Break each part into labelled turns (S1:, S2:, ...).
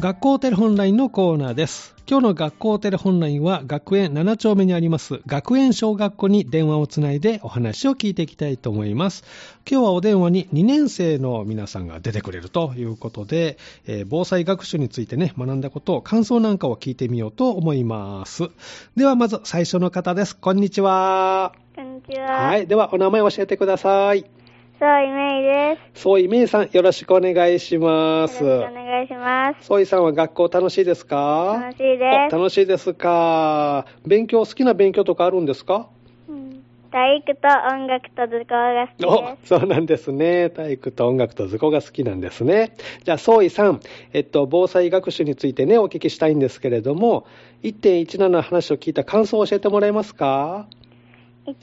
S1: 学校テレホンラインのコーナーです。今日の学校テレホンラインは学園7丁目にあります学園小学校に電話をつないでお話を聞いていきたいと思います。今日はお電話に2年生の皆さんが出てくれるということで、えー防災学習についてね、学んだことを感想なんかを聞いてみようと思います。ではまず最初の方です。こんにちは。
S2: こんにちは。
S1: はい。ではお名前を教えてください。
S2: そう、イメイで。
S1: ソイメイさん、よろしくお願いしますす。
S2: よろしくお願いします。
S1: ソイさんは学校楽しいですか
S2: 楽しいです
S1: お楽しいですか。勉強、好きな勉強とかあるんですか
S2: うん体育と音楽と図工が好き
S1: お
S2: です。
S1: そうなんですね。体育と音楽と図工が好きなんですね。じゃあ、ソイさん、えっと、防災学習についてね、お聞きしたいんですけれども、1.17の話を聞いた感想を教えてもらえますか
S2: 1.17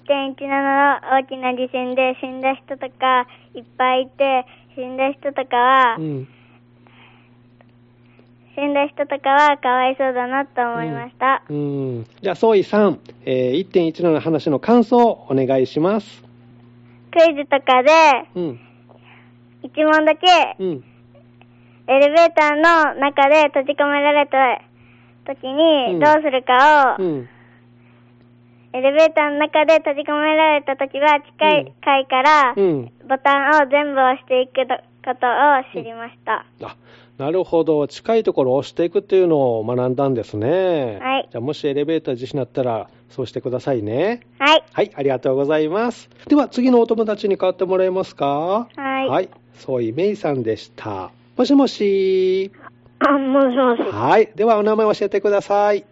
S2: の大きな地震で死んだ人とかいっぱいいて、死んだ人とかは、
S1: うん。
S2: 死んだ人とかはかわいそうだなと思いました。
S1: うん。じゃあ、ソイさん、えー1.17の話の感想をお願いします。
S2: クイズとかで、
S1: うん。
S2: 1問だけ
S1: うん。
S2: エレベーターの中で閉じ込められた時
S1: う
S2: に
S1: ん
S2: どうするかを、
S1: うん。
S2: エレベーターの中で閉じ込められた時は近
S1: うん
S2: い階から、
S1: うん。
S2: ボタンを全部押していくことを知りました。
S1: あなるほど近いところを押していくっていうのを学んだんですね
S2: はい
S1: じゃあもしエレベーター自身だったらそうしてくださいね
S2: はい。
S1: はいありがとうございますでは次のお友達に代わってもらえますか
S2: はい
S1: はいソイメイさんでしたもしもし
S2: あ、もしもし。
S1: はいではお名前教えてください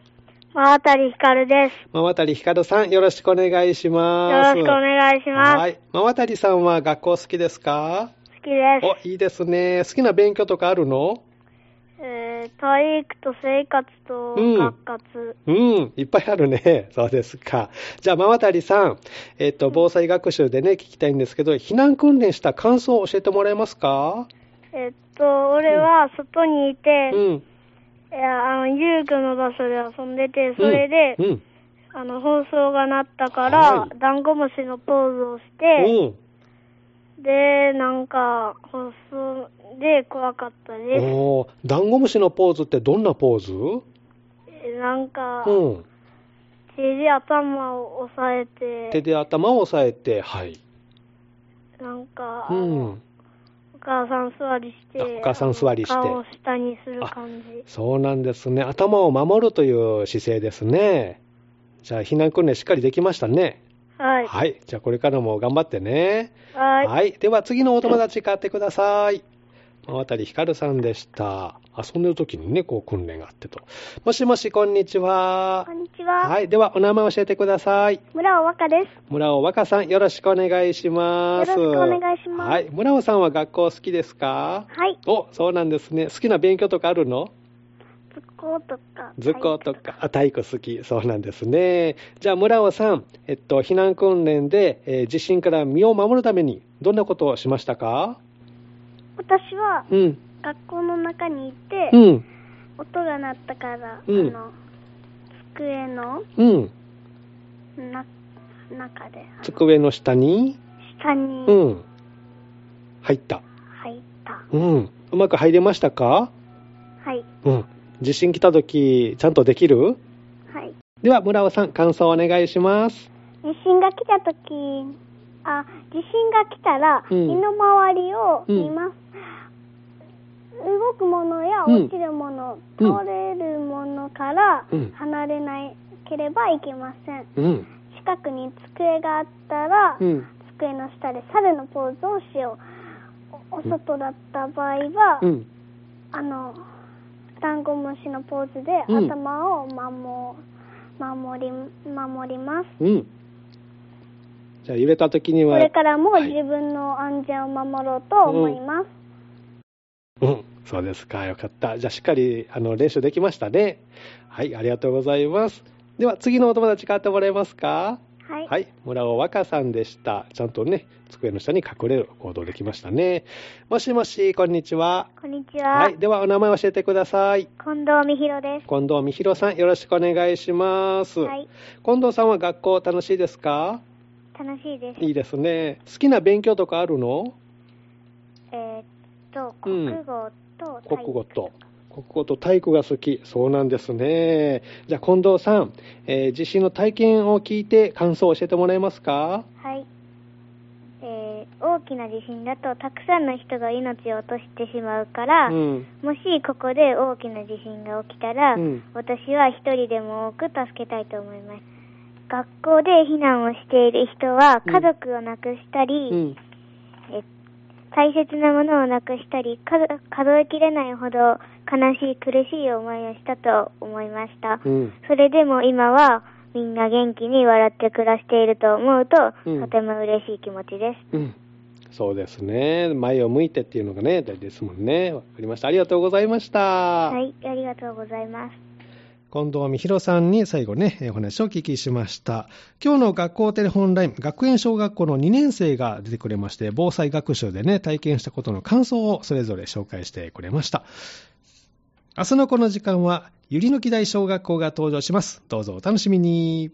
S2: 真渡りひかるです。
S1: 真渡りひかるさんよろしくお願いし
S2: よ
S1: ま
S2: ろし
S1: す
S2: くお願いします。
S1: はい真渡りさんは学校好きですか
S2: 好きで
S1: おいいですね好きな勉強とかあるの
S2: す。えー、体育と生活と
S1: うん
S2: 学活。
S1: うん、いっぱいあるね。 そうですか。じゃあ、真渡りさん、えっと、防災学習でね、聞きたいんですけど、避難訓練した感想を教えてもらえますか
S2: えっと、俺は外にいて、
S1: うん。
S2: いやあの遊具の場所で遊んでて、それで、
S1: うん。うん
S2: あの放送が鳴ったから、
S1: はい
S2: ダンゴムシのポーズをし
S1: う
S2: て、
S1: ん。
S2: で、なんか、放送で怖かったです。
S1: おーダンゴムシのポーズってどんなポーズ
S2: えなんか、
S1: うん。
S2: 手で頭を押さえ
S1: 手
S2: て、
S1: で頭を押さえて、はい。
S2: なんか、
S1: うん。
S2: お母さん座りして、
S1: あお母さん座りして
S2: あの顔を下にする感じ。
S1: そうなんですね。頭を守るという姿勢ですね。じゃあ、避難訓練しっかりできましたね。
S2: はい。
S1: はい。じゃあ、これからも頑張ってね。
S2: はい。
S1: はい。では次のお友達買ってください。真渡りひかるさんでした。遊んでる時にね、こう訓練があってと。もしもし、こんにちは
S2: こ。んにちは。
S1: はい。では、お名前教えてください。
S2: 村尾若です。
S1: 村尾若さん、よろしくお願いします。
S2: よろしくお願いします
S1: はい。村尾さんは学校好きですか
S2: はい。
S1: お、そうなんですね。好きな勉強とかあるの
S2: 図工とか。
S1: 図工とか、あ体育好き。そうなんですね。じゃあ、村尾さん、えっと、避難訓練で、えー地震から身を守るために、どんなことをしましたか
S2: 私は、
S1: うん。
S2: 学校の中にいて、
S1: うん。
S2: 音が鳴ったから、
S1: うん
S2: あの、机の
S1: うん。
S2: な中で、あの
S1: 机の下に、
S2: 下
S1: う
S2: に
S1: ん。入った。
S2: 入った。
S1: うん。うまく入れましたか
S2: はい。
S1: うん。地震来た時、ちゃんとできる
S2: はい。
S1: では、村尾さん、感想お願いします。
S2: 地震が来たとき、あ、地震が来たら、
S1: うん
S2: 身の周りを見ます。動くものや
S1: うん
S2: 落ちるもの、
S1: うん
S2: 倒れるものから
S1: うん
S2: 離れなければいけません。
S1: うん。
S2: 近くに机があったら、
S1: うん。
S2: 机の下で猿のポーズをしよう。おお外だった場合は、
S1: うん。
S2: あの、ダンゴムシのポーズで
S1: うん
S2: 頭を守,、守り守ります。
S1: うん。じゃあ、揺れた時に
S2: こ
S1: は、
S2: れからも
S1: はい
S2: 自分の安全を守ろうと思います。
S1: うん。そうですか。よかった。じゃあ、しっかり、あの、練習できましたね。はい、ありがとうございます。では、次のお友達、変わってもらえますか
S2: はい。
S1: はい、村尾若さんでした。ちゃんとね、机の下に隠れる行動できましたね。もしもし、こんにちは。
S2: こんにちは。
S1: はい、ではお名前教えてください。
S2: 近藤美弘です。
S1: 近藤美弘さん、よろしくお願いします。
S2: はい。
S1: 近藤さんは学校楽しいですか
S2: 楽しいです。
S1: いいですね。好きな勉強とかあるの
S2: えーっと、
S1: うん
S2: 国
S1: 国語
S2: 語と体育
S1: と。国語と体育が好き。そうなんですね。じゃあ、近藤さん、えー地震の体験を聞いて感想を教えてもらえますか
S2: はい。えー大きな地震だとたくさんの人が命を落としてしまうから、
S1: うん。
S2: もしここで大きな地震が起きたら、
S1: うん
S2: 私は一人でも多く助けたいと思います。学校で避難をしている人は
S1: うん
S2: 家族を亡くしたり、
S1: うん。
S2: え大切なものをなくしたり、数数えきれないほど悲しい苦しい思いをしたと思いました。
S1: うん。
S2: それでも今はみんな元気に笑って暮らしていると思うと、
S1: うん
S2: とても嬉しい気持ちで
S1: う
S2: す。
S1: ん。そうですね。前を向いてっていうのがね、大事ですもんね。わかりました。ありがとうございました。
S2: は、
S1: はい
S2: ありがとうございます。
S1: 近藤美弘さんに最後ね、えーお話をお聞きしました。今日の学校テレホンライン、学園小学校の2年生が出てくれまして、防災学習でね、体験したことの感想をそれぞれ紹介してくれました。明日のこの時間は、ゆりのき台小学校が登場します。どうぞお楽しみに。